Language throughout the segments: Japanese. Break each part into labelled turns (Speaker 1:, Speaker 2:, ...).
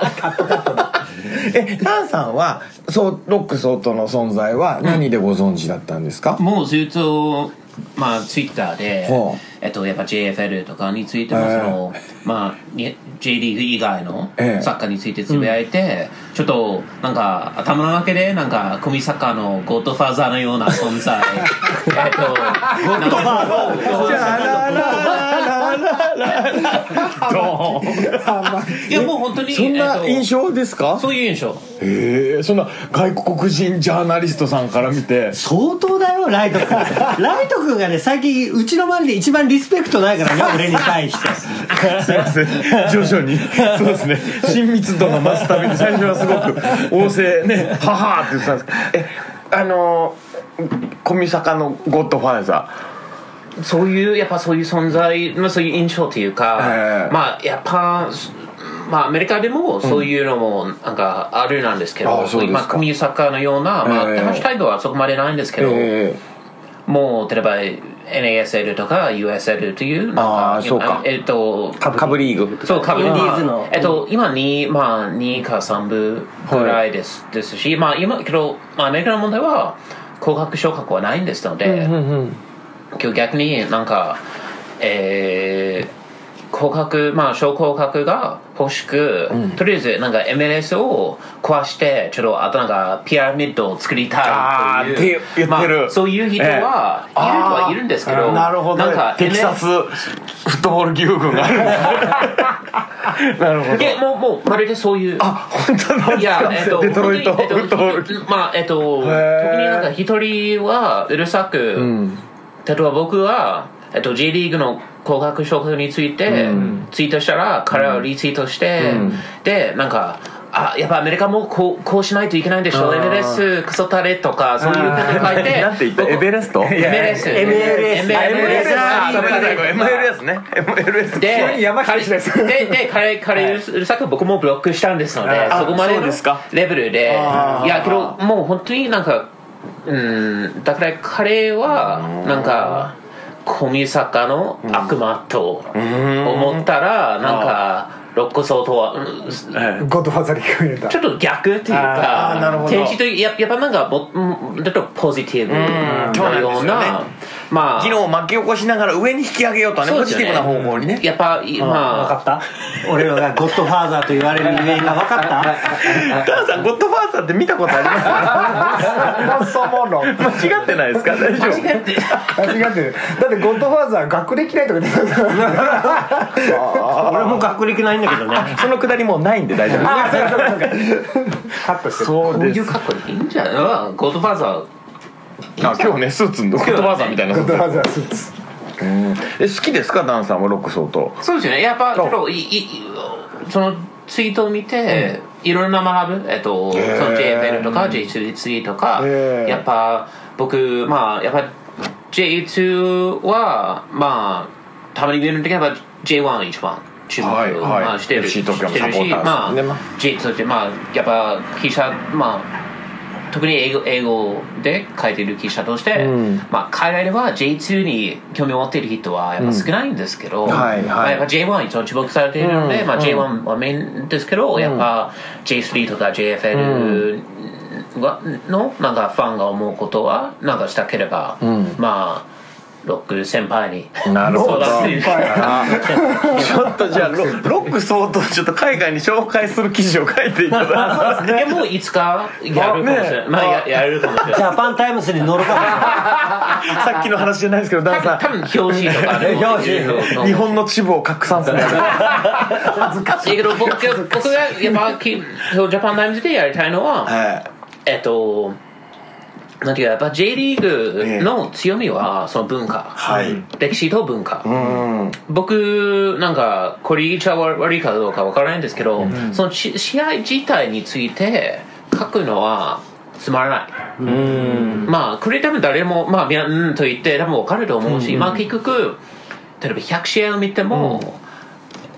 Speaker 1: カットカットだ。
Speaker 2: えランさんはそうロックソートの存在は何でご存知だったんですか、
Speaker 3: もうずっとまあツイッターで
Speaker 2: ほう、
Speaker 3: えっと、やっぱ JFL とかについても
Speaker 2: え
Speaker 3: そ
Speaker 2: え
Speaker 3: の、まあに J リーグ以外のサ
Speaker 2: ええ
Speaker 3: ッカーについてつぶやいて、ちょっとなんか頭の中でなんか組サッカーのゴッドファーザーのような 存在えっとゴッドファ
Speaker 2: じゃあラララララドーン
Speaker 3: いやもう本当に
Speaker 2: そんな印
Speaker 3: えっ
Speaker 2: 象ですか
Speaker 3: と、そういう印象
Speaker 2: へえそんな外国人ジャーナリストさんから見て
Speaker 1: 相当だよ、ライト 君。ライト君がね、最近、うちの周りで一番リスペクトないからね、俺に対して。
Speaker 2: すいません徐々にそうですね親密度が増すために最初はすごく旺盛ね「はは」って言ってたんですけどえあの小見坂のゴッドファーザ
Speaker 3: そういうやっぱそういう存在、まあ、そういう印象という
Speaker 2: え
Speaker 3: か、
Speaker 2: え
Speaker 3: まあやっぱ、すまあ、アメリカでもそういうのもなんかあるなんですけど、
Speaker 2: ああそうですか
Speaker 3: まあ、コミュニサッカーのような、まあ、
Speaker 2: ええ
Speaker 3: ハッシュタグはそこまでないんですけど、
Speaker 2: ーえ
Speaker 3: もう例えば NASL とか USL というなん
Speaker 2: ああそうか
Speaker 3: えっと
Speaker 2: えカブリーグ
Speaker 3: そう、カブ
Speaker 1: インディーズの
Speaker 3: えっと、今に、まあ、2か3部ぐらいです,、ですし、まあ、今、けど、まあ、アメリカの問題は、高額昇格はないんですので、今日逆になんか、えー、降格、まあ、昇降格が欲しく、とりあえず、なんか MLS を壊して、ちょっと、あとなんか、ピラミッドを作りたいという。
Speaker 2: あーって言ってる
Speaker 3: まあ、そういう人は、いるとはいるんですけど、
Speaker 2: なるほど
Speaker 3: なんか、
Speaker 2: テキサスフットボール牛軍がある んだなるほ
Speaker 3: い
Speaker 2: ど
Speaker 3: や、もう、もう、まるでそういう。
Speaker 2: あ本当なんですか
Speaker 3: いや、えっと、
Speaker 2: デトロイトフ
Speaker 3: 本当に
Speaker 2: ットボール牛軍
Speaker 3: まあ、えっと、特に
Speaker 2: ー
Speaker 3: なんか一人はうるさく、
Speaker 2: ん
Speaker 3: 例えば僕は、えっと、J リーグの高額昇格について、ツイートしたら、彼はリツイートして、で、なんか、あ、やっぱアメリカもこう、こうしないといけないんでしょ、MLS クソタレとか、そういうこと書いて、
Speaker 2: なんて言ったエベレスト
Speaker 3: MLS。
Speaker 1: MLS
Speaker 3: MLS
Speaker 2: あごめんなさいごめんなさい MLS ね MLS
Speaker 3: で
Speaker 4: 山下氏です
Speaker 3: 彼でで彼彼うるうるさく僕もブロックしたんですので
Speaker 4: あ
Speaker 3: そこまで
Speaker 4: そう
Speaker 3: の
Speaker 4: ですか
Speaker 3: レベルで
Speaker 1: あー
Speaker 3: いやけどもう本当になんかうんだから彼はなんかコミュサカの悪魔と思ったらなんかロックソーとはうん
Speaker 4: ゴッドファーザーに聞こえた
Speaker 3: ちょっと逆っていう
Speaker 2: あーあーなる
Speaker 3: か
Speaker 2: ほど
Speaker 3: 天使とややっぱなんかぼうんちょっとポジティブなよ
Speaker 2: そう
Speaker 3: う
Speaker 2: なんです
Speaker 3: な
Speaker 2: よね
Speaker 3: まあ
Speaker 2: 議論を巻き起こしながら上に引き上げようとはね
Speaker 3: そう
Speaker 2: ポ
Speaker 3: です
Speaker 2: ジ
Speaker 3: よ
Speaker 2: テ
Speaker 3: ね
Speaker 2: ィブな方向にね
Speaker 3: やっぱいまあ
Speaker 1: わかった俺らがゴッドファーザーと言われるゆえんがわ かった
Speaker 2: ダーさんゴッドファーザーって見たことあります
Speaker 4: そもそもの間
Speaker 2: 間違ってないですか大丈夫
Speaker 4: 違ってるだってゴッドファーザー学歴ないとか言 ってた
Speaker 1: 俺も学歴ないんだけどね
Speaker 2: そのくだりもうないんで大丈夫
Speaker 4: カットしてる
Speaker 2: そう
Speaker 3: こう
Speaker 2: で
Speaker 3: い
Speaker 2: す
Speaker 3: う格好でいいんじゃないまあゴッドファーザ
Speaker 2: あ今日ねスーツのゴッドファーザーみたいな
Speaker 4: ゴ
Speaker 2: スーツ
Speaker 4: ッドファーザースーツ
Speaker 2: え好きですかダンさんはロックソート
Speaker 3: ーそうですよねやっぱ
Speaker 2: そう
Speaker 3: いいいそのツイートを見て、いろんな学ぶえっと、
Speaker 2: へー
Speaker 3: その JFL とか J3 とか、
Speaker 2: へー
Speaker 3: やっぱ僕まあやっぱ J2 はまあたまに見るんだけどやっぱ J1 一番注目、
Speaker 2: はいはい
Speaker 3: まあ、してる
Speaker 2: FC
Speaker 3: し
Speaker 2: 東京の
Speaker 3: てる
Speaker 2: サポー
Speaker 3: し
Speaker 2: ター
Speaker 3: まあ
Speaker 2: ですねまあ
Speaker 3: J2 ってまあやっぱ記者まあ特に英語英語で書いてる記者として、まあ、海外では J2 に興味を持っている人はやっぱ少ないんですけど、
Speaker 2: はいはい
Speaker 3: まあ、やっぱ J1 は一応注目されているので、まあ、J1 はメインですけど、やっぱ J3 とか JFL がのなんかファンが思うことはなんかしたければ、まあロック先輩に
Speaker 2: なるほど
Speaker 3: 相談する
Speaker 2: ちょっとじゃあロロックソートをちょっと海外に紹介する記事を書いていただ
Speaker 3: いやもういつかやるかもしれない、
Speaker 2: あね
Speaker 3: まあややるかもしれ
Speaker 1: ジ
Speaker 3: ない
Speaker 1: ャパンタイムスに乗るか
Speaker 2: いて さっきの話じゃないですけどダンさ
Speaker 3: 多
Speaker 2: ん
Speaker 3: 分表紙とかでも
Speaker 1: 表紙
Speaker 2: 日本の秩父を拡散する
Speaker 3: だけど僕が僕がやっぱきそうジャパンタイムズでやりたいのは、
Speaker 2: はい
Speaker 3: えっとなんていうかやっぱ J リーグの強みはその文化、
Speaker 2: はい
Speaker 3: 歴史と文化、僕なんかこれ言っちゃ悪いかどうかわからないんですけど、そのし試合自体について書くのはつまらないまあこれ多分誰もまあみんなうんと言って多分分かると思うし、まあ結局例えば100試合を見ても、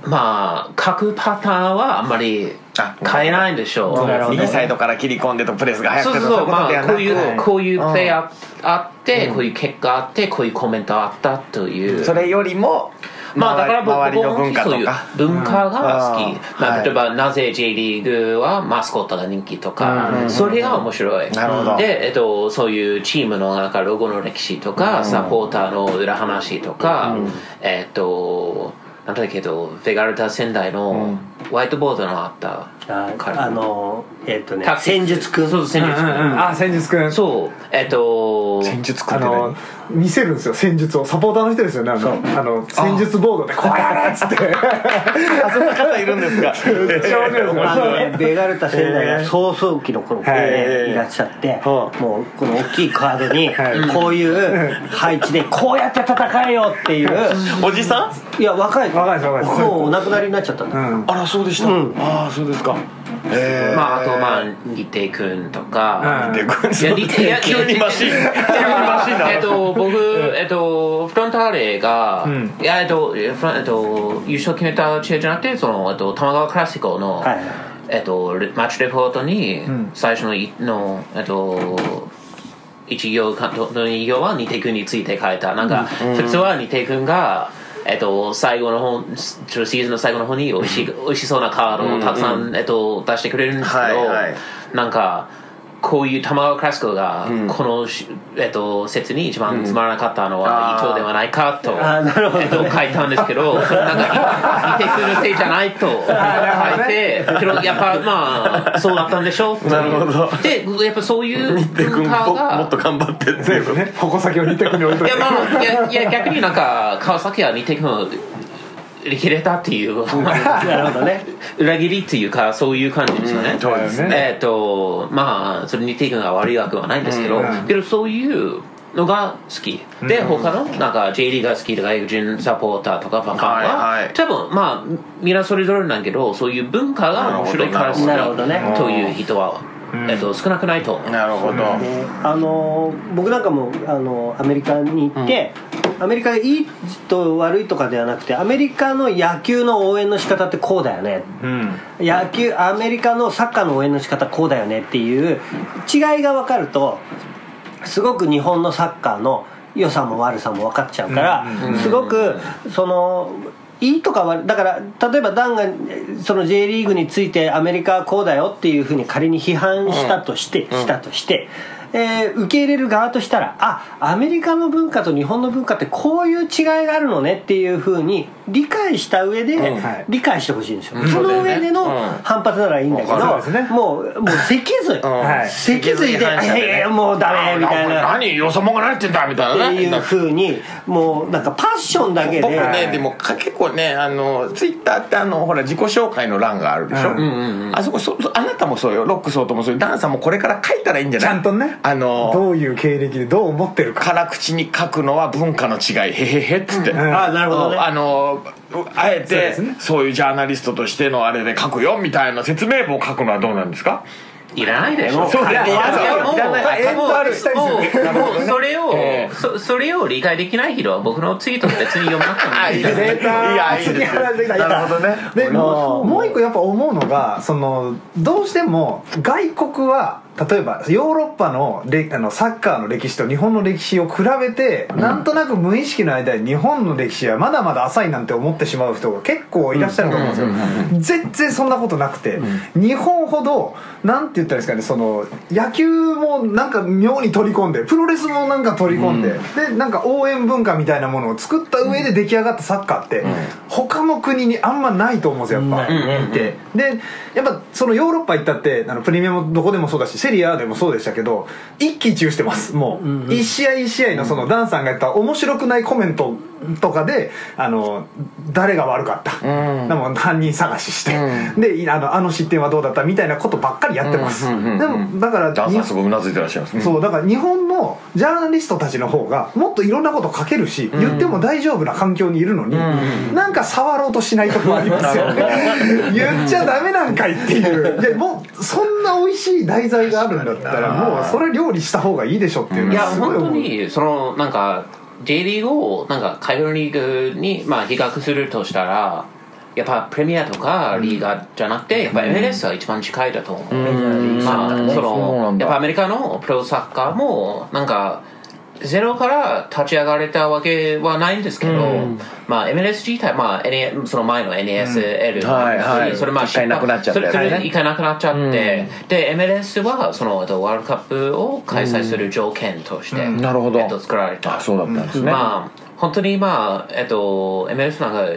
Speaker 3: まあ書くパターンはあんまり変えないんでしょう
Speaker 2: 右サイドから切り込んでとプレスが速
Speaker 3: そう
Speaker 2: くて
Speaker 3: そう
Speaker 2: と
Speaker 3: そう
Speaker 2: こと
Speaker 3: ま
Speaker 2: ではな
Speaker 3: あこ
Speaker 2: く
Speaker 3: ういうこういうプレイああってこういう結果あってこういうコメントあったという
Speaker 2: それよりも
Speaker 3: まあだから僕
Speaker 2: 周りの文化とか
Speaker 3: そういう文化が好
Speaker 2: う
Speaker 3: き、
Speaker 2: ん
Speaker 3: ま
Speaker 2: は
Speaker 3: あ、
Speaker 2: い
Speaker 3: 例えばなぜ J リーグはマスコットが人気とか、それが面白い
Speaker 2: なるほど
Speaker 3: で、えっと、そういうチームのなんかロゴの歴史とか、サポーターの裏話とか、えっとなんだっけどベガルタ仙台のホワイトボードのあった
Speaker 1: あ
Speaker 3: から
Speaker 1: あのえっ、とね
Speaker 3: タクティ
Speaker 1: 戦術くん
Speaker 3: そうそう戦術君、
Speaker 4: あ戦術くん
Speaker 3: そうえっと
Speaker 2: 戦術組
Speaker 4: あ
Speaker 2: んで
Speaker 4: の
Speaker 2: ね
Speaker 4: 見せるんですよ戦術をサポーターの人ですよねあのあの戦術ボードでこうやれっつって
Speaker 2: あそんな方いるんですか
Speaker 4: めっちゃ面白いですよ
Speaker 1: あのね、ベガルタ仙台が早々期の頃
Speaker 4: は
Speaker 1: で
Speaker 2: い
Speaker 1: いらっしゃって、
Speaker 2: は
Speaker 1: もうこの大きいカードに
Speaker 4: はい
Speaker 1: こういう配置でこうやって戦えよっていう
Speaker 2: おじさん
Speaker 1: いや若い
Speaker 4: 若いです若いです
Speaker 1: もうお亡くなりになっちゃったんだ、
Speaker 4: うん
Speaker 2: あらそうでした、
Speaker 1: うん
Speaker 2: ああそうですかええ
Speaker 3: まあ、あとまあリテ君とか、
Speaker 4: うん
Speaker 2: でこれ
Speaker 3: いやリテいや
Speaker 2: 急にマシン急にマシンだ
Speaker 3: えっと僕えっとフロンターレが、
Speaker 4: ん
Speaker 3: いやえっとえフロンえっと優勝決めた試合じゃなくてそのえっと玉川クラシコの、
Speaker 1: はい
Speaker 3: えっとレマッチレポートに
Speaker 4: ん
Speaker 3: 最初のいのえっと一行かの2行は二手君について書いたなんか、普通は二手君がえっと、最後の方シーズンの最後の方に美味しい美味しそうなカードをたくさん、えっと、出してくれるんですけど、
Speaker 2: はいはい
Speaker 3: なんかこういう玉川クラシコがこのし、えっと、説に一番つまらなかったのは
Speaker 2: あー
Speaker 3: 伊藤ではないかと,、
Speaker 1: あーなるほどね
Speaker 3: えっと、書いたんですけどそれなんか似てくるせいじゃないと
Speaker 4: ー
Speaker 3: 書いてけどやっぱまあそうだったんでしょう
Speaker 2: なるほど
Speaker 3: でやっぱそういう
Speaker 2: で君
Speaker 3: 文
Speaker 2: も
Speaker 3: 化
Speaker 2: もっ
Speaker 3: が
Speaker 2: と頑張ってっていうこと
Speaker 4: ね矛先を二択に置いと
Speaker 3: い
Speaker 4: いて
Speaker 3: やまあいやいや逆になんか川崎は似てくるの切れたっていう
Speaker 1: なるほどね
Speaker 3: 裏切りっていうかそういう感じですよね、
Speaker 2: そうですね
Speaker 3: えっ、とまあそれにテイクが悪いわけはないんですけど、
Speaker 4: うん
Speaker 3: けどそういうのが好きで、他のなんか J リーガー好きとか外国人サポーターとかファンは、
Speaker 2: はいはい
Speaker 3: 多分まあみんなそれぞれなんだけどそういう文化が面白いから好き
Speaker 1: なるほどなるほどね
Speaker 3: という人は、えっと少なくないと思う、
Speaker 2: なるほど、
Speaker 1: ねあのー僕なんかもあのーアメリカに行って、アメリカがいいと悪いとかではなくてアメリカの野球の応援の仕方ってこうだよね、
Speaker 2: うん
Speaker 1: 野球アメリカのサッカーの応援の仕方こうだよねっていう違いが分かるとすごく日本のサッカーの良さも悪さも分かっちゃうから、すごくそのいいとか悪いだから例えばダンがえその J リーグについてアメリカはこうだよっていうふうに仮に批判したとして、したとして。えー受け入れる側としたらあアメリカの文化と日本の文化ってこういう違いがあるのねっていうふうに理解した上で、
Speaker 2: うん
Speaker 4: はい
Speaker 1: 理解してほしいんですよ、その上での
Speaker 2: うん
Speaker 1: 反発ならいいんだけど、
Speaker 2: わ
Speaker 4: かるそうですね
Speaker 1: もうもう脊髄、
Speaker 4: はい
Speaker 1: 脊髄で「いやいやいやもうダメ」みたいなっ
Speaker 2: 何よそもが何言ってんだみたいな
Speaker 1: て
Speaker 2: ね
Speaker 1: いうふうにもうなんかパッションだけで
Speaker 2: 僕ねでもか結構ねあのツイッターってあのほら自己紹介の欄があるでしょ、
Speaker 4: うん
Speaker 2: あそこそあなたもそうよロックソートもそうよダンさんもこれから書いたらいいんじゃ
Speaker 4: ち
Speaker 2: ない
Speaker 4: ゃんとね
Speaker 2: あの
Speaker 4: どういう経歴でどう思ってるか
Speaker 2: 辛口に書くのは文化の違いへへへっつって、
Speaker 4: ん
Speaker 1: あなるほどね
Speaker 2: あのあえ
Speaker 4: そうで
Speaker 2: て
Speaker 4: すね
Speaker 2: そういうジャーナリストとしてのあれで書くよみたいな説明文を書くのはどうなんですか
Speaker 3: いらないでしょ
Speaker 2: そういやいや
Speaker 3: いやもう
Speaker 2: いらない
Speaker 3: もう
Speaker 4: エンドあるしたいですよね
Speaker 3: もうもうそれを、
Speaker 2: ええ
Speaker 3: そそれを理解できない人は僕のツイート別に読まなくてもいいじゃん
Speaker 2: いいですね
Speaker 4: 出た
Speaker 2: いやいいです
Speaker 4: 次話できた
Speaker 2: なるほどね
Speaker 4: でも
Speaker 1: う
Speaker 4: うもう一個やっぱ思うのがそのどうしても外国は例えばヨーロッパのれあのサッカーの歴史と日本の歴史を比べて、なんとなく無意識の間に日本の歴史はまだまだ浅いなんて思ってしまう人が結構いらっしゃると思うんですよ全然そんなことなくて、日本ほどなんて言ったらいいですかねその野球もなんか妙に取り込んでプロレスもなんか取り込んで、でなんか応援文化みたいなものを作った上で出来上がったサッカーって、他の国にあんまないと思うんですよやっぱ、
Speaker 1: うん
Speaker 4: 見てでやっぱそのヨーロッパ行ったってあのプレミアムどこでもそうだしセリアでもそうでしたけど一喜一憂してますもう、
Speaker 1: うんうん
Speaker 4: 一試合一試合のそのダンさんがやった面白くないコメントとかであの誰が悪かった、
Speaker 2: うん
Speaker 4: でも犯人探しして、
Speaker 2: う
Speaker 4: でいあのあの失点はどうだったみたいなことばっかりやってます、
Speaker 2: うんうんうんうん
Speaker 4: でもだから
Speaker 2: ダンさんすごいうなずいてらっしゃいます、うん
Speaker 4: そうだから日本のジャーナリストたちの方がもっといろんなこと書けるし、言っても大丈夫な環境にいるのに、なんか触ろうとしないとこありますよね 言っちゃダメなんかいっていうでもうそんな美味しい題材があるんだったらもうそれ料理した方がいいでしょっていう
Speaker 3: い
Speaker 4: の
Speaker 3: や
Speaker 4: はすごい
Speaker 3: 本当
Speaker 4: 思う
Speaker 3: にそのなんか J リーグをなんか海外リーグにまあ比較するとしたらやっぱプレミアとかリーガじゃなくてやっぱ MLS が一番近いだと思う、
Speaker 2: ん
Speaker 3: まあそ
Speaker 2: そうな
Speaker 3: の
Speaker 2: んだ
Speaker 3: やっぱアメリカのプロサッカーもなんかゼロから立ち上がれたわけはないんですけど、まあ、MLS 自体、まあ NA、その前の NSL もあるし、
Speaker 2: はいはい
Speaker 3: それまあ
Speaker 2: 一回なくなっちゃった
Speaker 3: それ
Speaker 2: よね
Speaker 3: それ行かなくなっちゃって、で MLS はそのあとワールドカップを開催する条件として、
Speaker 2: なるほど
Speaker 3: えっと、作られた
Speaker 2: あそうだったんですね、
Speaker 3: まあ本当にまあえっと MLS なんか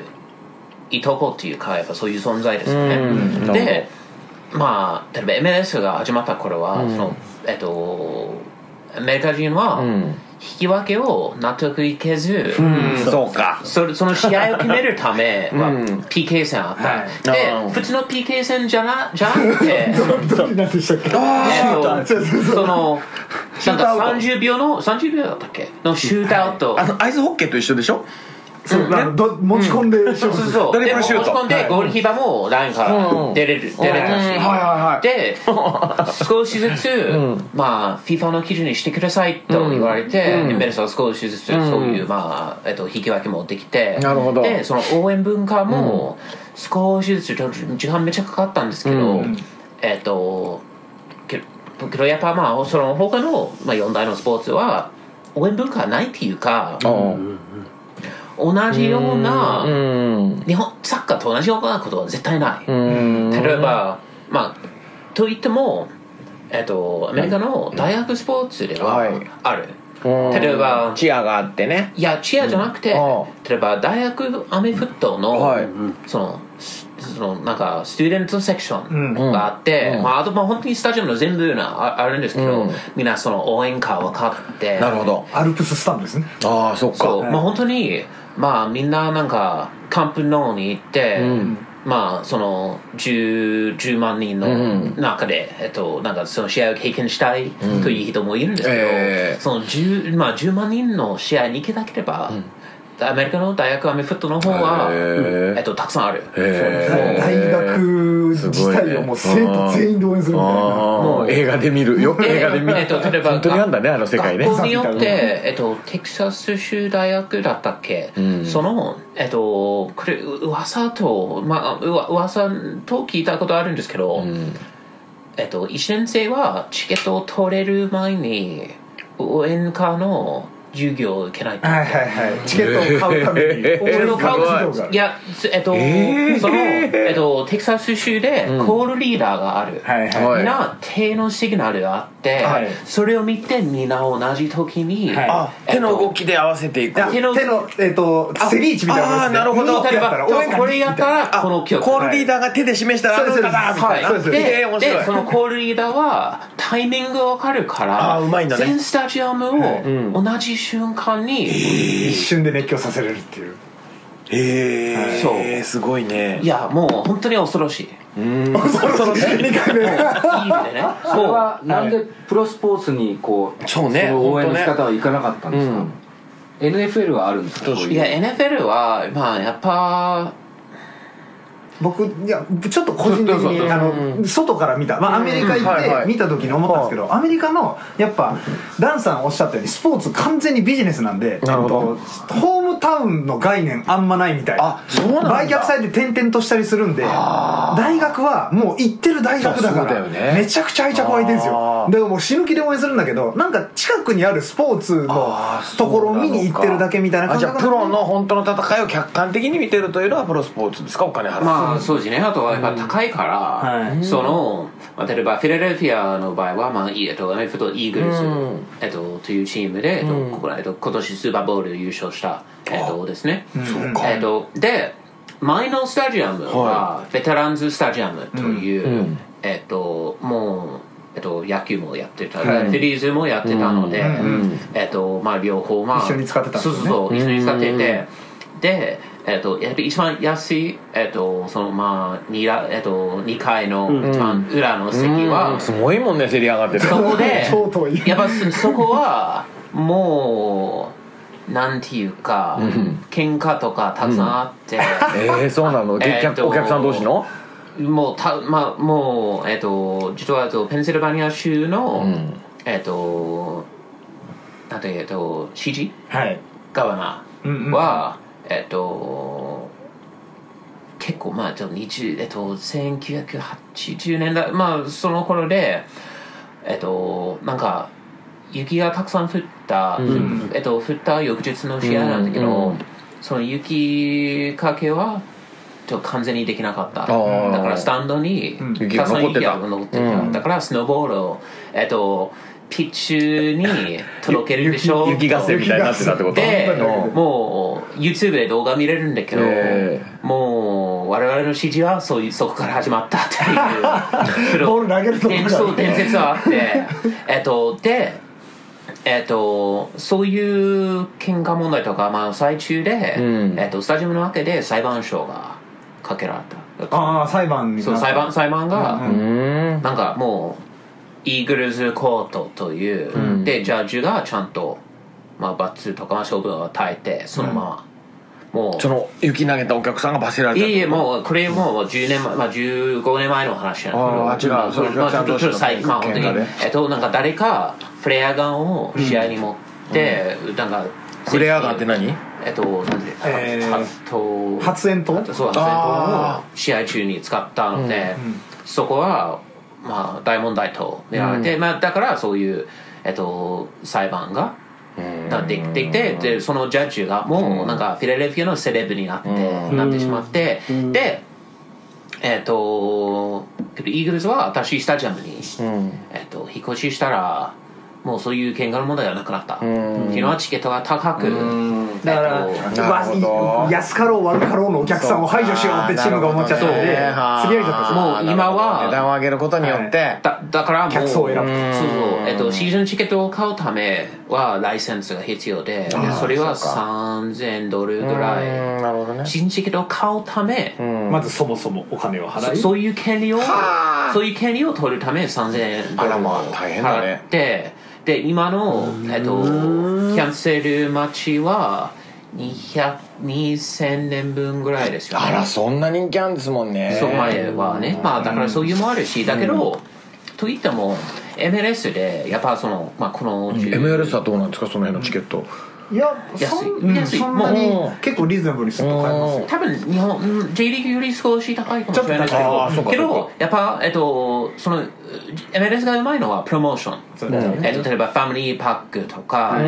Speaker 3: いとこっていうかやっぱそういう存在ですよね、
Speaker 2: うんなる
Speaker 3: でまあ例えば MLS が始まった頃は、そのえっとアメリカ人は
Speaker 2: ん
Speaker 3: 引き分けを納得いけず、
Speaker 2: うんそうか
Speaker 3: それその試合を決めるため、まあ PK 戦あった、
Speaker 4: はい
Speaker 3: で
Speaker 2: あー
Speaker 3: 普通の PK 戦じゃなじゃな くて
Speaker 4: どれなんでしたっけ
Speaker 3: えっとそのなん
Speaker 2: シュート
Speaker 3: か
Speaker 2: アウト
Speaker 3: 30秒の30秒だったっけのシュートアウト、
Speaker 2: あのアイスホッケーと一緒でしょ
Speaker 4: そうなんかど持ち込んで勝負
Speaker 3: そうそう
Speaker 2: ドリ
Speaker 3: で
Speaker 2: ブルシ
Speaker 3: も持ち
Speaker 2: ュート
Speaker 3: 込んでゴールキーパーもラインから出れる出れたし
Speaker 2: うんはいはいはい
Speaker 3: で少しずつまあ FIFA の基準にしてくださいと言われてエメルスは少しずつそういうまあえっと引き分けもできて
Speaker 2: なるほど
Speaker 3: でその応援文化も少しずつちょっと時間めっちゃかかったんですけどえっとけけどやっぱまあその他のまあ四大のスポーツは応援文化はないっていうか
Speaker 2: うん
Speaker 3: 同じような
Speaker 2: うん
Speaker 3: 日本サッカーと同じようなことは絶対ない、例えばまあといってもえっとアメリカの大学スポーツでは
Speaker 2: はい
Speaker 3: ある、例えば
Speaker 2: チアがあってね
Speaker 3: いやチアじゃなくて、
Speaker 2: うんあ
Speaker 3: 例えば大学アメフットの、
Speaker 2: はい
Speaker 3: そのすそのなんかスチューデントセクション
Speaker 2: ん
Speaker 3: があって、
Speaker 2: うん
Speaker 3: まあ、あとまあ本当にスタジアムの全部のああるんですけど、
Speaker 2: うん
Speaker 3: みんなその応援歌を買って
Speaker 2: なるほど
Speaker 4: アルプススタンドですね
Speaker 2: ああそっ
Speaker 3: そう、
Speaker 2: か
Speaker 3: まあ本当にまあみんななんかカンプノーに行って、まあその 10, 10万人の中で、えっとなんかその試合を経験したいという人もいるんですけど、
Speaker 2: ええ
Speaker 3: その 10,、まあ、10万人の試合に行けなければ、アメリカの大学アメフットの方は、
Speaker 2: へえ
Speaker 3: えっと、たくさんある、
Speaker 2: へー
Speaker 4: 大学自体をもう生徒全員で応援するみたいな
Speaker 2: ああ映画で見るよ映画で見る
Speaker 3: えっと例えば
Speaker 2: 本当にあんだねあの世界ね
Speaker 3: 学校によって、えっと、テキサス州大学だったっけ、その、えっと、これう噂と、まあ、うわ噂と聞いたことあるんですけど、えっと、1年生はチケットを取れる前に応援歌の授業を受けないと。
Speaker 4: はいはいはいチケットを買うため に応援を買う授業がある
Speaker 3: いや、すえっと、
Speaker 2: えー
Speaker 3: その、えっと、テキサス州でコールリーダーがある。
Speaker 4: はいはい
Speaker 2: はい
Speaker 3: みんな手のシグナルがあって、
Speaker 4: はい
Speaker 3: それを見てみんな同じ時に、
Speaker 4: はい
Speaker 2: あ手の動きで合わせていく
Speaker 4: あ手
Speaker 3: 手
Speaker 4: の
Speaker 3: の
Speaker 4: えっ、とセリーチみたいな
Speaker 2: あーなるほど
Speaker 4: これ
Speaker 3: 例え
Speaker 4: やったら応援
Speaker 3: ばこれやったら
Speaker 2: あ
Speaker 3: この曲
Speaker 2: コールリーダーが手で示したら
Speaker 4: そ
Speaker 2: あ
Speaker 4: うです
Speaker 2: るかなみたい
Speaker 4: そう
Speaker 2: な
Speaker 3: で
Speaker 4: でそう
Speaker 2: ええ面白い
Speaker 3: でそのコールリーダーはタイミングが分かるか
Speaker 2: あ
Speaker 3: ら
Speaker 2: ーうまいんだね
Speaker 3: 全スタジアムを同じ瞬間に、
Speaker 4: 一瞬で熱狂させれるっていう
Speaker 2: へ
Speaker 3: そう
Speaker 2: えすごいね
Speaker 3: いやもう本当に恐ろしい。
Speaker 4: 恐ろしい2回目
Speaker 3: いい意味で ね
Speaker 5: それはなんでプロスポーツにこう
Speaker 2: そうね
Speaker 5: の応援の仕
Speaker 2: 本
Speaker 5: 方はいかなかったんですか、NFL はあるんですかそう
Speaker 3: い
Speaker 5: いう
Speaker 3: や NFL はまあやっぱ
Speaker 4: 僕いやちょっと個人的にあの外から見た、まあ、アメリカ行っ
Speaker 2: はいはい
Speaker 4: て見た時に思ったんですけどアメリカのやっぱダンさんおっしゃったようにスポーツ完全にビジネスなんで
Speaker 2: なるほど
Speaker 4: えっとホームタウンの概念あんまないみたいな
Speaker 2: あそうなんだ
Speaker 4: 売却されて転々としたりするんで大学はもう行ってる大学だか
Speaker 2: そうだ
Speaker 4: ら
Speaker 2: よね
Speaker 4: めちゃくちゃ愛着湧いてるんで
Speaker 2: あ
Speaker 4: すよ
Speaker 2: ー
Speaker 4: でもう死ぬ気で応援するんだけどなんか近くにあるスポーツの
Speaker 2: あー
Speaker 4: ところを見に行ってるだけみたいな
Speaker 2: あ
Speaker 4: 感
Speaker 2: じ
Speaker 4: じ
Speaker 2: ゃあプロの本当の戦いを客観的に見てるというのはプロスポーツですかお金払う
Speaker 3: まあそうですねあとはやっぱ高いから、
Speaker 4: はい
Speaker 3: その、まあ、例えばフィラデルフィアの場合は、まあ、いえっとアメフトイーグルス、えっと、というチームで、えっとここえっと、今年スーパーボール優勝した、えっと、ですね、えっと、で前のスタジアムはベテランズスタジアムという、えっともう、えっと、野球もやってた、フィリーズもやってたので、えっとまあ、両方、まあ、
Speaker 4: 一緒に使ってたんです
Speaker 3: そ
Speaker 4: よ
Speaker 3: う
Speaker 4: ね
Speaker 3: そうそう一緒に使ってて、で、えっとやっぱり一番安い、えっとそのまあ 2,、らえっと、二階の一番裏の席は、
Speaker 2: すごいもんね競り上がってる
Speaker 3: そこで
Speaker 4: そうとは言えない
Speaker 3: やっぱそそこはもうなんていうか、喧嘩とかたくさんあって、
Speaker 2: ええそうなの
Speaker 3: えーっ
Speaker 2: 客
Speaker 3: と
Speaker 2: お客さん同士の
Speaker 3: もうたまあもうえっ、と実はえっとペンシルバニア州の、
Speaker 2: ん
Speaker 3: えっ、となんてえっ、と知事
Speaker 4: はい
Speaker 3: ガバナ
Speaker 4: うんう
Speaker 3: ー
Speaker 4: ん
Speaker 3: は、えっと結構まあちょっと20えっと1980年代まあその頃でえっとなんか雪がたくさん降った、えっと、降った翌日の試合なんだけど、その雪かけはちょっと完全にできなかっただ
Speaker 2: ー
Speaker 3: からスタンドに
Speaker 2: 雪
Speaker 3: た
Speaker 2: が
Speaker 3: くさん
Speaker 2: 残ってた
Speaker 3: 雪が残ってた、だからスノーボールを、えっと、ピッチュに届けるでしょ
Speaker 2: 雪合戦みたいになってたってこと
Speaker 3: で
Speaker 2: うん
Speaker 3: もう YouTube で動画見れるんだけど、
Speaker 2: え
Speaker 3: もう我々の指示はそういうそこから始まったっていう
Speaker 4: ボール投げるとこから
Speaker 3: そう伝説はあ ってえっとでえっとそういう喧嘩問題とか、まあ、最中で、
Speaker 2: うん
Speaker 3: えっと、スタジアムの中で裁判所がかけられた
Speaker 4: ああ裁判に
Speaker 3: そう裁判裁判が、
Speaker 4: うん
Speaker 2: うん
Speaker 3: なんかもうイーグルズコートという、でジャッジがちゃんと、まあ、罰とかまあ処分を与えてそのまま、も
Speaker 2: そうの雪投げたお客さんが罰せられ
Speaker 3: い
Speaker 2: た
Speaker 3: えいえ
Speaker 2: う
Speaker 3: もうこれもう10年前、まあ、15年前の話
Speaker 2: ああ
Speaker 3: な
Speaker 2: あ
Speaker 3: んだ
Speaker 2: 違
Speaker 3: け
Speaker 2: う
Speaker 3: どまあ
Speaker 2: それ
Speaker 3: まあ
Speaker 2: ち
Speaker 3: ち
Speaker 2: ゃん
Speaker 3: ょっ
Speaker 2: と
Speaker 3: とちょっと最
Speaker 2: した
Speaker 3: 近まあ本当に
Speaker 2: 喧嘩で
Speaker 3: えっとなんか誰かフレアガンを試合に持って、なんか
Speaker 2: フレアガンって何
Speaker 3: えっとなんで、
Speaker 4: えー
Speaker 3: 発と
Speaker 4: 発煙筒
Speaker 3: そう
Speaker 2: あ
Speaker 3: なんですね試合中に使ったので、そこは、まあ、大問題と見られて、まあ、だからそういう、えっと、裁判が。だってできてでそのジャッジがもうなんかフィラデルフィアのセレブになって、なってしまって、でえっ、とイーグルスは私スタジアムに、えっと引っ越ししたらもうそういう喧嘩の問題はなくなった、っていうのはチケットが高く、
Speaker 4: だから、
Speaker 3: えっと
Speaker 2: となるほど
Speaker 4: うわい安かろう悪かろうのお客さんを排除しようってチームが思っちゃったんで、釣り上げちゃったんですよ
Speaker 3: もう今は
Speaker 2: 値段を上げることによって、
Speaker 3: だだからもう
Speaker 4: 客層を選ぶ
Speaker 3: そうそう、えっと、シーズンチケットを買うためはライセンスが必要ででそれは3000ドルぐらい
Speaker 2: うんなるほどね
Speaker 3: シーズンチケットを買うため、
Speaker 4: まずそもそもお金を払
Speaker 3: そ
Speaker 4: い
Speaker 3: そういう権利をそういう権利を取るため3000ド
Speaker 2: あら
Speaker 3: ル
Speaker 2: ま
Speaker 3: を
Speaker 2: あ大変だ
Speaker 3: 払
Speaker 2: ね
Speaker 3: ってで今の、えっと、キャンセル待ちは200 2000年分ぐらいですよね
Speaker 2: あらそんな人気あるんですもんね
Speaker 3: そこまではね、まあだからそういうもあるしだけど、といっても MLS でやっぱその、まあ、この10
Speaker 2: MLS はどうなんですかその辺のチケット
Speaker 4: いやそ
Speaker 3: 安い
Speaker 4: ん,、うん、
Speaker 3: 安い
Speaker 4: そんなに
Speaker 2: もう
Speaker 4: 結構リーズナブルにすると買えますよ
Speaker 3: 多分日本うん J リーグより少し高いかもしれないですけ
Speaker 2: ちょっと高いあーそう
Speaker 3: ど
Speaker 2: か
Speaker 3: け
Speaker 2: そう
Speaker 3: ど
Speaker 2: か
Speaker 3: やっぱ、えっと、その MLS がうまいのはプロモーション、
Speaker 4: そうだね
Speaker 3: えっと、例えばファミリーパックとか、
Speaker 2: うん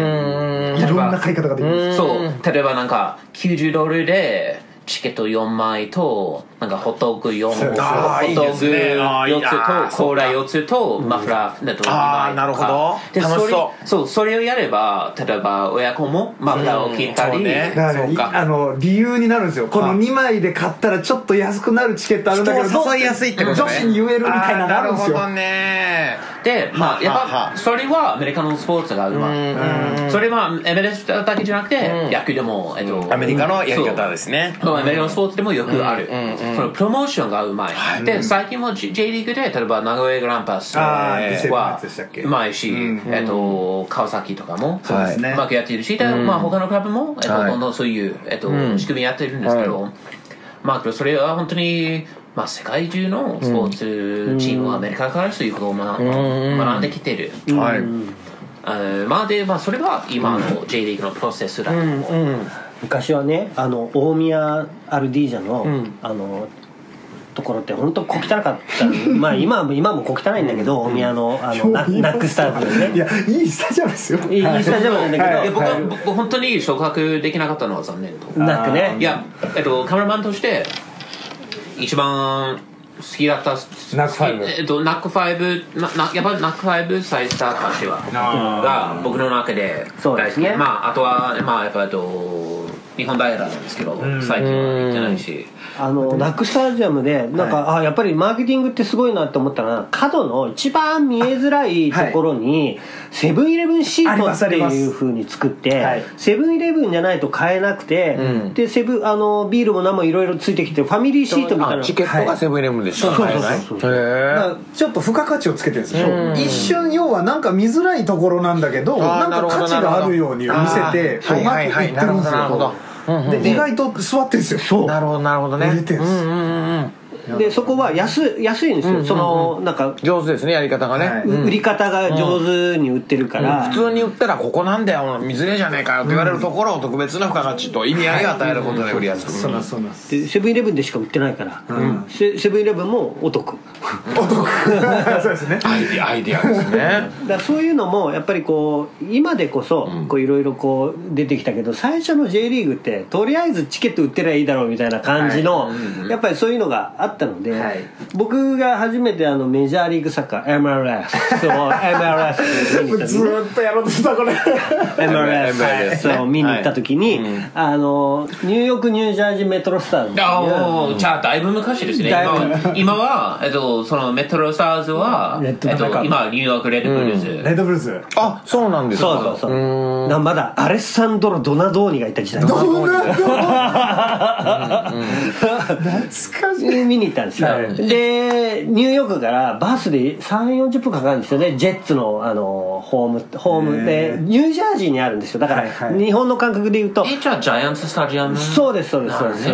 Speaker 4: いろんな買い方ができる
Speaker 3: そう例えばなんか90ドルでチケット4枚となんかホットドッグ4
Speaker 4: そうそう
Speaker 2: あー
Speaker 3: ホ
Speaker 2: い
Speaker 3: ッ
Speaker 2: い
Speaker 3: トド
Speaker 2: で
Speaker 3: ッ
Speaker 2: す
Speaker 3: グ
Speaker 2: ねあーいい
Speaker 3: 4
Speaker 2: あー
Speaker 3: つとコーラ4つとマフラーなど2枚とか
Speaker 2: あーなるほど
Speaker 3: で
Speaker 2: 楽しそ
Speaker 3: それそうそれをやれば例えば親子もマフラーを切った
Speaker 2: うんそう
Speaker 3: り
Speaker 2: ね
Speaker 4: だから
Speaker 3: そう
Speaker 4: い
Speaker 3: か
Speaker 4: あの理由になるんですよこの2枚で買ったらちょっと安くなるチケットあるんだけど
Speaker 2: 人を誘いやすいってことね
Speaker 4: 女子に言えるみたいなのがあるんですよ
Speaker 2: あーなるほどね
Speaker 3: でまあやっ
Speaker 2: はは
Speaker 3: ぱそれはアメリカのスポーツがうまいそれは MLS だけじゃなくて野球でもえっと
Speaker 2: アメリカのやり方ですね
Speaker 3: そうアメリカのスポーツでもよくある、そのプロモーションがうまい、で最近も J, J リーグで例えば名古屋グランパス
Speaker 4: あーリセットのや
Speaker 3: は
Speaker 4: つでしたっけ
Speaker 3: うまいし、えっと、川崎とかも
Speaker 4: うですね
Speaker 3: うまくやっているし、でまあ、他のクラブも、えっと
Speaker 2: はい
Speaker 3: どんどんそういう、えっと仕組みやってるんですけど、まあ、けどそれは本当に、まあ、世界中のスポーツチームはアメリカからそういうことを学,、ん、学んできてる。
Speaker 2: はい
Speaker 3: あーまあでまあ、それは今の J リーグのプロセスだ、
Speaker 1: 昔はねあの大宮アルディージャの、あのところって本当小汚かった まあ今も今も小汚いんだけど、大宮 のあのナナックスタジアム
Speaker 4: い
Speaker 1: ね
Speaker 4: やいいスタジアムですよ
Speaker 1: いいいいスタジアムなんだけど、
Speaker 4: はい
Speaker 1: や
Speaker 3: や
Speaker 1: っ
Speaker 3: 僕は僕本当に昇格できなかったのは残念と
Speaker 1: ぱなくね
Speaker 3: いや、えっと、カメラマンとして一番好きだった
Speaker 4: ナックファイブ
Speaker 3: えっと、ナックファイブななやっぱりナックファイブ最初歌詞はが僕の中で
Speaker 1: そう
Speaker 3: 大
Speaker 1: で
Speaker 3: 好
Speaker 1: す
Speaker 3: き、
Speaker 1: ね
Speaker 3: まあ、あとは、まあ、やっぱりと日本大学なんですけど、最近は行ってないし、
Speaker 1: あのナックスタジアムでなんか、あやっぱりマーケティングってすごいなって思ったら角の一番見えづらいところにセブンイレブンシ
Speaker 4: あ
Speaker 1: ー
Speaker 4: り
Speaker 1: ト
Speaker 4: ま
Speaker 1: って
Speaker 4: す
Speaker 1: いう
Speaker 4: あります
Speaker 1: ふうに作って、
Speaker 4: はい
Speaker 1: セブンイレブンじゃないと買えなくて、でセブンあのビールも何もいろいろついてきてファミリーシートみたいな
Speaker 2: あ
Speaker 1: の
Speaker 2: チケットがセブンイレブンでしか買えないへ
Speaker 4: だか
Speaker 2: え
Speaker 4: らちょっと付加価値をつけてるんですよ一瞬要はなんか見づらいところなんだけど
Speaker 2: あー
Speaker 4: なん
Speaker 2: なる
Speaker 4: か
Speaker 2: ほど
Speaker 4: 価値があるように見せて
Speaker 2: あー
Speaker 4: うまくい
Speaker 2: はいは
Speaker 4: ってるんです
Speaker 2: いはいなるほどなるほどうんうんう
Speaker 4: よ
Speaker 2: ん
Speaker 4: で意外と座ってるんですよ
Speaker 2: なるほどなるほどね
Speaker 4: 売れてるんです
Speaker 2: うんうんうんうん
Speaker 1: でそこは安安いんですよ、そのなんか
Speaker 2: 上手ですねやり方がね、
Speaker 4: はいう
Speaker 1: 売り方が上手に売ってるから、
Speaker 2: 普通に言ったらここなんだよ水ねえじゃねえかよって言われるところを特別な付加価値と意味合いを与えることで売りやすく
Speaker 4: そうなんそうなんです
Speaker 1: でセブンイレブンでしか売ってないから、セセブンイレブンもお得
Speaker 4: そうですね
Speaker 2: アイディアアイディアですね
Speaker 1: だからそういうのもやっぱりこう今でこそこういろいろこう出てきたけど最初の J リーグってとりあえずチケット売ってりゃいいだろうみたいな感じの、やっぱりそういうのがあったので、
Speaker 4: はい
Speaker 1: 僕が初めてあのメジャーリーグサッカー MLS そう MLS って見に行った
Speaker 4: ず
Speaker 1: のね
Speaker 4: ーっとやろうとしてたこれ
Speaker 1: MLS そう見に行った時に、あのニューヨークニュージャージーメトロスターズっていう
Speaker 3: あおーじゃあだいぶ昔ですね今
Speaker 1: だいぶ
Speaker 3: は今は、えっと、そのメトロスターズは、
Speaker 1: レ
Speaker 3: え
Speaker 1: ッドブ
Speaker 3: っ
Speaker 1: ル
Speaker 3: と、今ニューヨークレッドブルーズ、
Speaker 4: レッドブルーズ
Speaker 2: あそうなんです
Speaker 1: そう
Speaker 2: か
Speaker 1: そうそうなまだアレッサンドロ・ドナドーニがいた時代
Speaker 4: どうなん懐かしい
Speaker 1: 見に行ったんですよ、
Speaker 4: はい
Speaker 1: でニューヨークからバスで3 4 0分かかるんですよねジェッツのあのホームホーム
Speaker 4: へ
Speaker 1: で
Speaker 4: ー
Speaker 1: ニュージャージーにあるんですよだから、
Speaker 4: はいはい
Speaker 1: 日本の感覚で言うと
Speaker 3: えじゃあジャイアンツスタジアム
Speaker 1: そうですそうですそうです、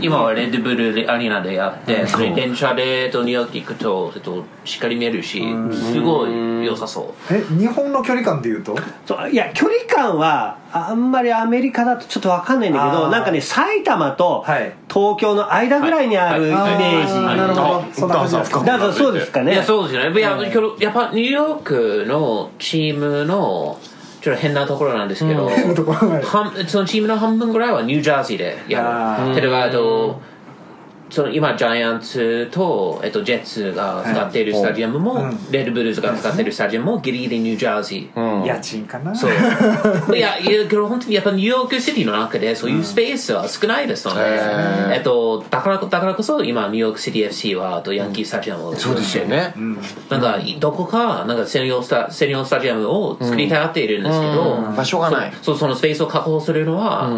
Speaker 3: 今はレッドブルーアリーナでやってそれ電車でえっとニューヨーク行くと、えっと、しっかり見えるしすごい良さそ
Speaker 4: え日本の距離感でいうと
Speaker 1: そういや距離感はあんまりアメリカだとちょっと分かんないんだけ
Speaker 4: あ
Speaker 1: ど
Speaker 4: ー
Speaker 1: なんかね埼玉と
Speaker 4: はい
Speaker 1: 東京の間ぐらいにあるイメ
Speaker 3: はい
Speaker 1: ージ、
Speaker 4: あーなるほどそんな感じなんですか
Speaker 1: だからそうですか
Speaker 3: う、
Speaker 1: ね
Speaker 3: いやそうですよねいやけどやっぱニューヨークのチームのちょっと変なところなんですけど、
Speaker 4: 変なところはい
Speaker 3: 半そのチームの半分ぐらいはニュージャージーで
Speaker 4: あ
Speaker 3: や
Speaker 4: ー
Speaker 3: る例えばえっとその今ジャイアンツと、えっと、ジェッツが使っているスタジアムも、
Speaker 4: うん
Speaker 3: レッドブルーズが使っているスタジアムもギリギリニュージャージー、
Speaker 4: 家賃かな
Speaker 3: そう いやいやけど本当にやっぱニューヨークシティの中でそういうスペースは少ないですので、えっと、だからだからこそ今ニューヨークシティ FC はあとヤンキースタジアムを
Speaker 2: そうですよね
Speaker 3: なんかどこかなんか専用スタ専用スタジアムを作りたがっているんですけど、
Speaker 2: 場所がない
Speaker 3: そうそのスペースを確保するのは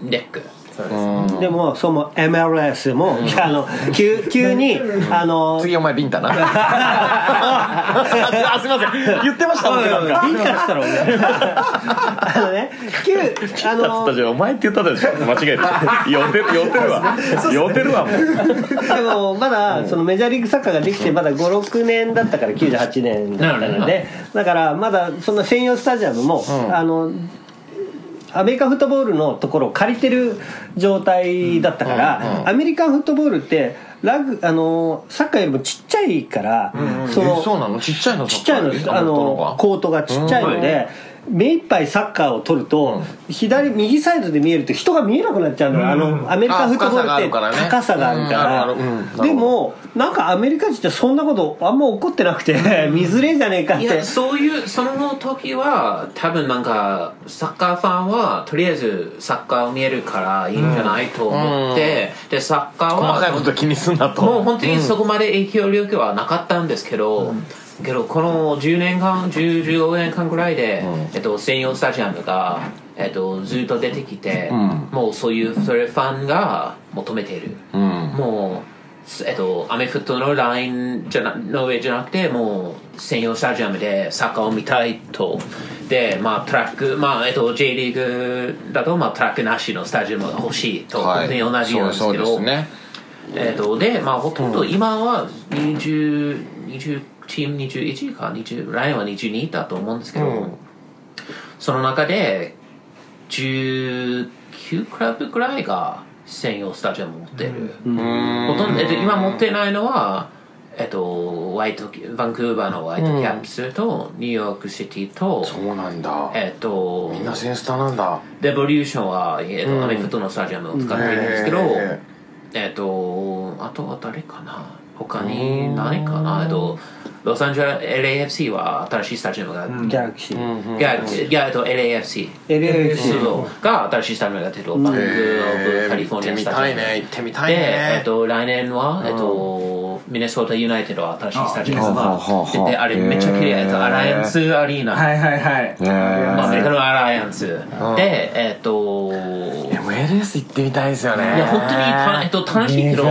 Speaker 3: ネック、
Speaker 4: そうですね
Speaker 1: でもそうも MLS も、あの急急にあ の
Speaker 2: 次お前ビンタなあすいません言ってました僕なんか
Speaker 1: ビンタしたろ俺あのね旧あの
Speaker 6: じゃお前って言ったでしょ間違えた寄ってる寄ってるわ寄ってるわもう
Speaker 1: でもまだそのメジャーリーグサッカーができてまだ56年だったから98年だったのでだからまだその専用スタジアムも、あのアメリカンフットボールのところを借りてる状態だったから、アメリカンフットボールってラグあのサッカーよりもちっちゃいから、その
Speaker 2: えそうなのちっちゃいの
Speaker 1: ちっちゃいのあのコートがちっちゃいので、目いっぱいサッカーを取ると、左右サイドで見えると人が見えなくなっちゃうのよ、あのアメリカンフットボールって
Speaker 2: あ
Speaker 1: 高
Speaker 2: 深
Speaker 1: さ
Speaker 2: さ
Speaker 1: が
Speaker 2: が
Speaker 1: あ
Speaker 2: あ
Speaker 1: る
Speaker 2: る
Speaker 1: か、
Speaker 2: かららねうんうんなるほど
Speaker 1: でもなんかアメリカ人ってそんなことあんま怒ってなくて見づれえじゃねえかっ
Speaker 3: い
Speaker 1: て
Speaker 3: やそういうその時は多分なんかサッカーファンはとりあえずサッカーを見えるからいいんじゃないと思って、でサッカーは
Speaker 2: 細かいこと気にすんなと
Speaker 3: もう本当にそこまで影響力はなかったんですけど、けどこの10年間10 15年間ぐらいで、えっと、専用スタジアムが、えっと、ずっと出てきて、もうそういうそれファンが求めている、もうすえっと、アメフトのラインじゃなの上じゃなくてもう専用スタジアムでサッカーを見たいとで、まあ、トラック、まあえっと、J リーグだと、まあ、トラックなしのスタジアムが欲しいと、
Speaker 2: はい
Speaker 3: 本当に同じなんです
Speaker 2: そう
Speaker 3: け
Speaker 2: で
Speaker 3: ど
Speaker 2: すね
Speaker 3: えー、とで、まあ、ほとんど今は20、20チーム21か20ラインは22だと思うんですけど、その中で19クラブぐらいが専用スタジアムを持ってる、ほとんど、えっと、今持ってないのは、えっと、ワイトバンクーバーのワイトキャップスと、ニューヨークシティと、
Speaker 2: そうなんだ
Speaker 3: えっと、
Speaker 2: みんなセンスターなんだ
Speaker 3: レボリューションは、えーとアメフトのスタジアムを使ってるんですけど、
Speaker 2: うんへ
Speaker 3: えっ、とあとは誰かな他に何かなえっとロサンゼル LAFC は新しいスタジアムが、い
Speaker 1: ギャラクシー、
Speaker 3: やいやえっと LAFC
Speaker 1: エレレシー
Speaker 3: そうが新しいスタジアムが出てるバンクーブカリフォルニアスタジアム
Speaker 2: 行ってみた
Speaker 3: で、えっと、来年は、えっと、ミネソータユナイテッドは新しいスタジアム
Speaker 4: あ
Speaker 3: が
Speaker 2: はあはあ
Speaker 3: でであれめっちゃ綺麗、えっと、アライアンスアリーナ、
Speaker 4: はいはいはい
Speaker 3: まあアメリカ
Speaker 2: ね
Speaker 3: のアライアンスでえっと
Speaker 2: えでも LS 行ってみたいですよね
Speaker 3: いや本当にたえっと楽しいけど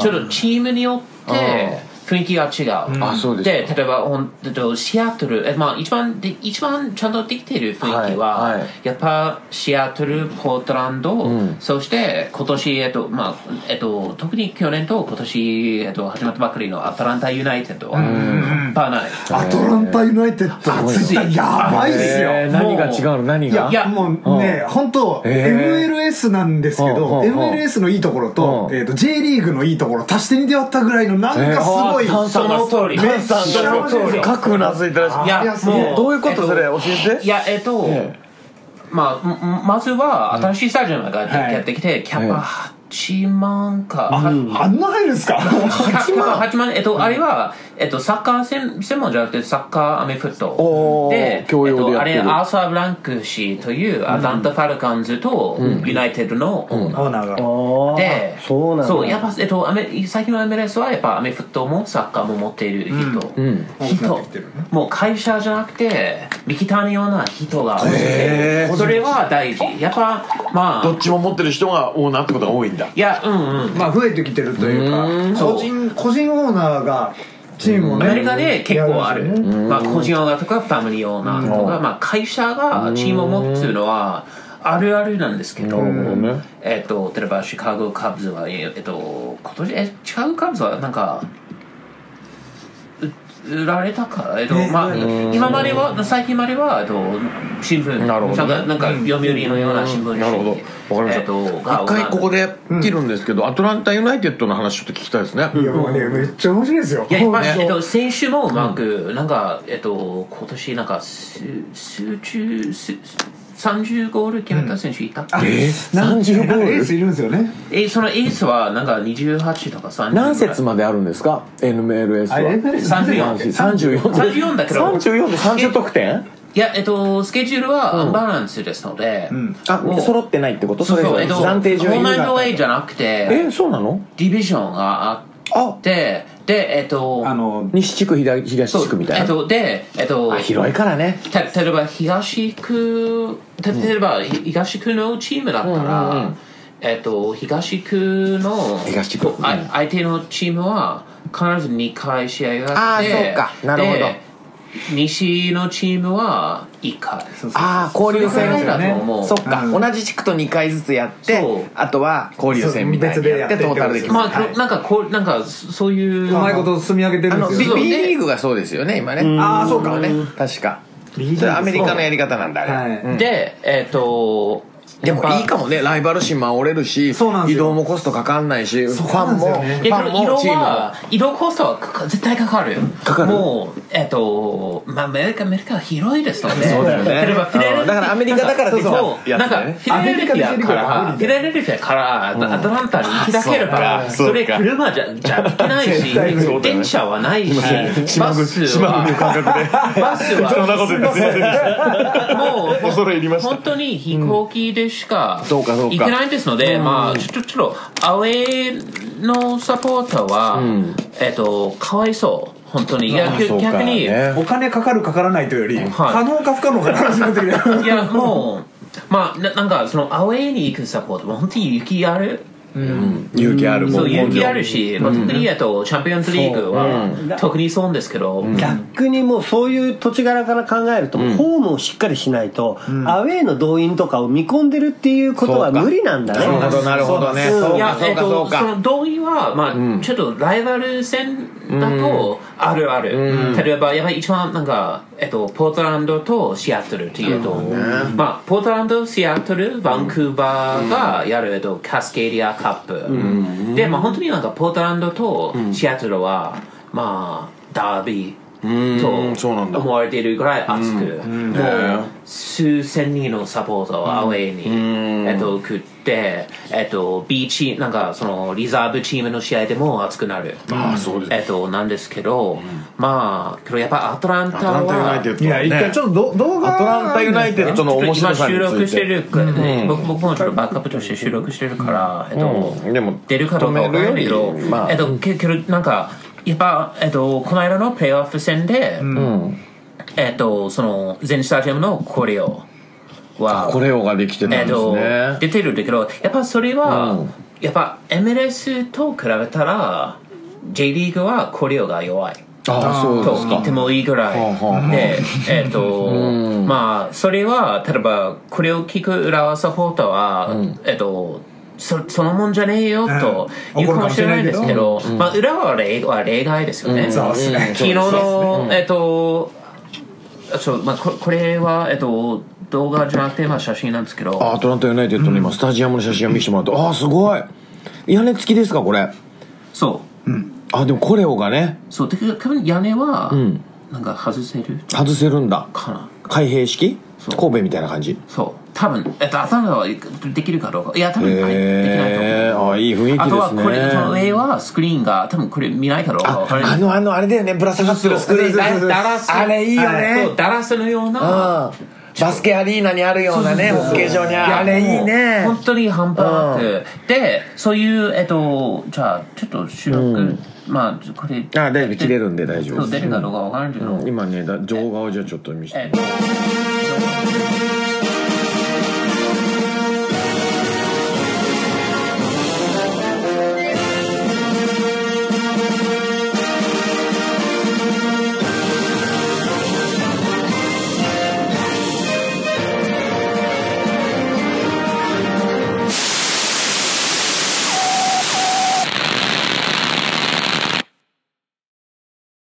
Speaker 3: ちょっとチームによって雰囲気が違う、
Speaker 2: あそうです
Speaker 3: で例えばほんえっとシアトル、えまあ、一番で一番ちゃんとできている雰囲気は、
Speaker 2: はいはい
Speaker 3: やっぱシアトルポートランド、そして今年、えっとまあえっと、特に去年と今年、えっと、始まったばかりのアトランタユナイテッドは半端ない
Speaker 4: アトランタユナイテッド熱いやばいっすよ、
Speaker 2: えー何が違うの何
Speaker 4: いや
Speaker 2: が
Speaker 4: いやもうね本当
Speaker 2: へー
Speaker 4: MLS なんですけど
Speaker 2: うんうんうん
Speaker 4: MLS のいいところと,、
Speaker 2: うん
Speaker 4: えー、と J リーグのいいところ足して2で割ったぐらいのなんかすごい、
Speaker 2: えーあー
Speaker 3: その通り
Speaker 4: めっちゃ
Speaker 3: その通り
Speaker 2: 深くうなずいてらっしゃる
Speaker 3: い
Speaker 4: い
Speaker 3: や
Speaker 4: やすげえ
Speaker 3: もう
Speaker 2: どういうこ
Speaker 3: えっ
Speaker 2: とそれ教え
Speaker 3: い
Speaker 2: て
Speaker 3: やえっと、
Speaker 2: え
Speaker 3: まあんまずは新しいスタジアムがやってきて、キャパ8万か、
Speaker 4: あんな入るん すか
Speaker 3: 8万8万えっと、あれは、えっと、サッカー専専門じゃなくてサッカーアメフッ
Speaker 2: おー
Speaker 3: トで
Speaker 2: 教養で
Speaker 3: えっ
Speaker 2: や
Speaker 3: と、
Speaker 2: っ
Speaker 3: あ
Speaker 2: て
Speaker 3: れ
Speaker 2: る
Speaker 3: アーサー・ブランク氏というアトランタ・ファルカンズとユナイテッドのオーナー、
Speaker 4: オーナーが
Speaker 1: あ
Speaker 3: で
Speaker 1: あそうなんだ
Speaker 3: やっぱ、えっと、アメ最近の MLS はやっぱアメフットもサッカーも持っている人、人もう会社じゃなくて三木谷ような人が多くてそれは大事やっぱま
Speaker 6: ど
Speaker 3: あ
Speaker 6: っちも持ってる人がオーナーってことが多いんだ
Speaker 3: いやうんうん
Speaker 4: まあ増えてきてるというか個人個人オーナーがチームを
Speaker 3: ア
Speaker 4: ね
Speaker 3: メリカで結構あ
Speaker 4: や
Speaker 3: る
Speaker 4: りますよね、
Speaker 3: まあ、個人オーナーとかファミリーオーナーとか、まあ、会社がチームを持つのはあるあるなんですけど、えっと例えばシカゴカブズは、えっと、今年えシカゴカブズはなんかう売られたか、えっとまあ、今までは最近までは、えっと、新聞
Speaker 2: なるほどね
Speaker 3: んかなんか読売のような新聞紙
Speaker 2: なるほどわかりました
Speaker 3: えっとが
Speaker 6: 一回ここで切るんですけど、アトランタユナイテッドの話ちょっと聞きたいですね、
Speaker 4: いやもうねめっちゃ面白いですよ
Speaker 3: いや、まあ、
Speaker 4: 本当
Speaker 3: えっと、先週もうまく、なんか、えっと、今年なんか、数、数中、数、30ゴール決めた選手いた、
Speaker 2: えー30ゴ
Speaker 4: なんかエ
Speaker 2: ー
Speaker 4: ー
Speaker 2: ル
Speaker 4: スいるんですよね
Speaker 3: え、そのエースは、なんか28とか30ぐらい。
Speaker 2: 何節まであるんですか NMLS
Speaker 4: あれ
Speaker 2: は
Speaker 4: MLS
Speaker 2: 34
Speaker 3: 34 34だけど
Speaker 2: 34で30得点
Speaker 3: いや、えっと、スケジュールはアンバランスですので、
Speaker 2: あ
Speaker 3: もう
Speaker 2: 揃ってないってこと
Speaker 3: そ
Speaker 2: そうれ
Speaker 3: そ
Speaker 2: ぞ
Speaker 3: う、
Speaker 2: れ
Speaker 3: えっと、
Speaker 2: 暫定順
Speaker 3: ホー
Speaker 2: 位
Speaker 3: ムアン
Speaker 2: が
Speaker 3: ドウェイじゃなくて、
Speaker 2: えそうなの
Speaker 3: ディビジョンがあ
Speaker 2: あ
Speaker 3: って、で、えっと、
Speaker 4: あの
Speaker 2: 西地区左東
Speaker 3: そう
Speaker 2: 地区みたい
Speaker 3: え
Speaker 2: な
Speaker 3: っと、で、えっと、
Speaker 2: あ広いからね
Speaker 3: た例えば東区た例えばひ東区のチームだったら、えっと東区の
Speaker 2: 東地区
Speaker 3: こうあ相手のチームは必ず2回試合があって
Speaker 2: あーそうかなるほど
Speaker 3: で西のチームは1回
Speaker 2: ああ交流
Speaker 3: それぐらい
Speaker 2: 戦
Speaker 3: だと思う
Speaker 2: そっか、
Speaker 4: うん
Speaker 2: 同じ地区と2回ずつやって
Speaker 3: そう
Speaker 2: あとは交流戦みたいにやって
Speaker 4: そう
Speaker 2: ト
Speaker 4: 別
Speaker 2: ータルで
Speaker 4: でやってって
Speaker 2: 決
Speaker 4: こ
Speaker 2: め
Speaker 4: と
Speaker 3: ま
Speaker 2: る
Speaker 3: あこうなんかこうなんかそそういう
Speaker 4: うまいこと積み上げてる
Speaker 2: あ
Speaker 4: ん
Speaker 2: の
Speaker 4: です
Speaker 2: B
Speaker 4: よ
Speaker 3: そうで
Speaker 2: リーグがそうですよね今ね
Speaker 4: ああそうか
Speaker 2: ね確か
Speaker 4: リーグ
Speaker 2: それアメリカのやり方なんだあれ、
Speaker 4: はい
Speaker 2: うん
Speaker 3: でえっ、と
Speaker 2: でもいいか
Speaker 3: も
Speaker 2: もねライバル心も煽れるし
Speaker 4: そうなんで
Speaker 2: 移
Speaker 4: すよ
Speaker 2: 動もコストかかんないしフ
Speaker 4: そう
Speaker 2: ァ
Speaker 4: な
Speaker 2: ン
Speaker 4: んです
Speaker 2: も、
Speaker 4: よね
Speaker 2: フ
Speaker 3: え
Speaker 2: ァン
Speaker 3: 色
Speaker 2: もチームも
Speaker 3: は色コストはかか絶対かかるよ
Speaker 2: かかる
Speaker 3: もうえっ、とまあアメリカアメリカは広いですので
Speaker 2: そうだよね
Speaker 3: 例えばフィラデルフィ
Speaker 2: うんだからアメリカだからできた
Speaker 3: そう
Speaker 2: やつ
Speaker 3: なんか
Speaker 2: だ
Speaker 3: フ
Speaker 2: ね
Speaker 3: ィラデルフィアからフィラデルフィアからアトランタに行きだければ
Speaker 6: そうか
Speaker 3: それ
Speaker 6: そうか
Speaker 3: 車じゃじゃ行けな いし
Speaker 4: 絶対無理
Speaker 3: 電車はないしバス
Speaker 6: 島国の
Speaker 3: は
Speaker 6: 感覚で
Speaker 3: バス
Speaker 6: そんな
Speaker 3: は
Speaker 6: こと言ってすいませんでした
Speaker 3: もう
Speaker 6: 恐れ入りました
Speaker 3: 本当に飛行機でしか
Speaker 2: そうかそう
Speaker 3: 行
Speaker 2: か
Speaker 3: けないですので、まあ、ちょっとちょっとアウェーのサポーターは、えっとかわいそう本当にいや
Speaker 2: そうか
Speaker 3: 逆に、
Speaker 2: ね
Speaker 4: お金かかるかからないというより、可能か不可能かの話になってくる
Speaker 3: いやもうまあななんかそのアウェーに行くサポーターは本当に雪ある
Speaker 2: 勇気あるも
Speaker 3: そう
Speaker 2: 根
Speaker 3: 雪
Speaker 2: 性
Speaker 3: あるし、まあ、特にえっとチャンピオンズリーグは、特にそうですけど、
Speaker 1: 逆にもうそういう土地柄から考えると、ホームをしっかりしないと、アウェーの動員とかを見込んでるっていうことは
Speaker 2: そうか
Speaker 1: 無理なんだ
Speaker 2: なるほ
Speaker 1: ね
Speaker 2: どなるほどね
Speaker 1: そう
Speaker 2: そう
Speaker 3: いや
Speaker 2: か、
Speaker 3: え
Speaker 2: そ
Speaker 3: っ
Speaker 2: うかそう
Speaker 3: と、その
Speaker 2: か
Speaker 3: 動員は、まあ、ちょっとライバル戦だと、あるある。例えば、やっぱり一番、なんか、えっと、ポートランドとシアトルっていうと、まあ、ポートランド、シアトル、バンクーバーがやる、えっと、カスケディアカップ。で、まあ、本当になんか、ポートランドとシアトルは、まあ、ダービー
Speaker 6: うん
Speaker 3: と
Speaker 6: そうなんだ
Speaker 3: 思われているぐらい熱く、もう、数千人のサポーターをアウェーに、えっと、送って、えっと、B チーム、なんか、その、リザーブチームの試合でも熱くなる。
Speaker 6: ああそうです
Speaker 3: えっと、なんですけど、まあ、けどやっぱアトランタ
Speaker 6: アトランタユナイテッ
Speaker 3: は、ちょ
Speaker 4: い
Speaker 6: ド
Speaker 4: や一回ちょっとど動画
Speaker 2: アトランタユナイテッドの
Speaker 3: っと
Speaker 2: 面白
Speaker 3: 今
Speaker 2: さに
Speaker 3: 収録
Speaker 2: つ
Speaker 3: し
Speaker 2: い
Speaker 3: て
Speaker 2: て
Speaker 3: るからね、僕僕もちょっとバックアップとして収録してるから、えっと、
Speaker 2: でも
Speaker 3: 出るかどうかわからないけど、
Speaker 2: 止めるよりまあ
Speaker 3: えっと、けけど、なんか、やっぱ、えっと、この間のプレーオフ戦で、えっと、その、全スタジアムのコレオは、
Speaker 2: これをができてたん
Speaker 3: え
Speaker 2: で
Speaker 3: っ
Speaker 2: す
Speaker 3: と
Speaker 2: ね
Speaker 3: 出てるんだけどやっぱそれは、
Speaker 2: うん
Speaker 3: やっぱ MLS と比べたら J リーグはコリオが弱い
Speaker 2: ああそうで
Speaker 3: と
Speaker 2: す
Speaker 3: 言って
Speaker 2: か
Speaker 3: もいいぐら
Speaker 2: はあはい
Speaker 3: でえっとまあそれは例えばこれを聞く浦和サポーターはえっとそそのもんじゃねえよと
Speaker 4: うん
Speaker 3: 言うかもしれないですけど、まあ、浦和は例は例外ですよね、
Speaker 4: そうですね
Speaker 3: 昨日の、えっとあそうまあ、ここれは、えっと、動画じゃなくて、まあ、写真なんですけど
Speaker 2: アトランタユナイテッドの今スタジアムの写真を見せてもらうとああすごい屋根付きですかこれ
Speaker 3: そう
Speaker 2: あでもコレオがね
Speaker 3: そうてか多分屋根は、
Speaker 2: ん
Speaker 3: なんか外せる
Speaker 2: 外せるんだ
Speaker 3: かな
Speaker 2: 開閉式
Speaker 3: そう
Speaker 2: 神戸みたいな感じ
Speaker 3: そう多分えっと頭はできるかどうかいや多分ないできないと
Speaker 2: へえ
Speaker 3: 思う
Speaker 2: あいい雰囲気ですね
Speaker 3: あとはこれその上はスクリーンが多分これ見ないかどうか
Speaker 2: あ
Speaker 3: 分からな
Speaker 2: あ
Speaker 3: い
Speaker 2: のあのあれだよねぶら下がってるスクリーン
Speaker 3: そうそうそう
Speaker 2: だ
Speaker 3: だらす
Speaker 2: あれいいよね
Speaker 3: そうダラスのよう
Speaker 2: うん
Speaker 3: な
Speaker 2: バスケアリーナにあるようなねホッケー場にあるあれいいね
Speaker 3: 本当に半端なくでそういうえっとじゃあちょっと収録まあこれ
Speaker 2: あだいぶ切れるんで大丈
Speaker 3: そ
Speaker 2: 夫
Speaker 3: う出
Speaker 2: です
Speaker 3: るかどうか分からないけど
Speaker 2: 今ねだ情報をじゃあちょっと見せ
Speaker 3: え
Speaker 2: て
Speaker 3: っと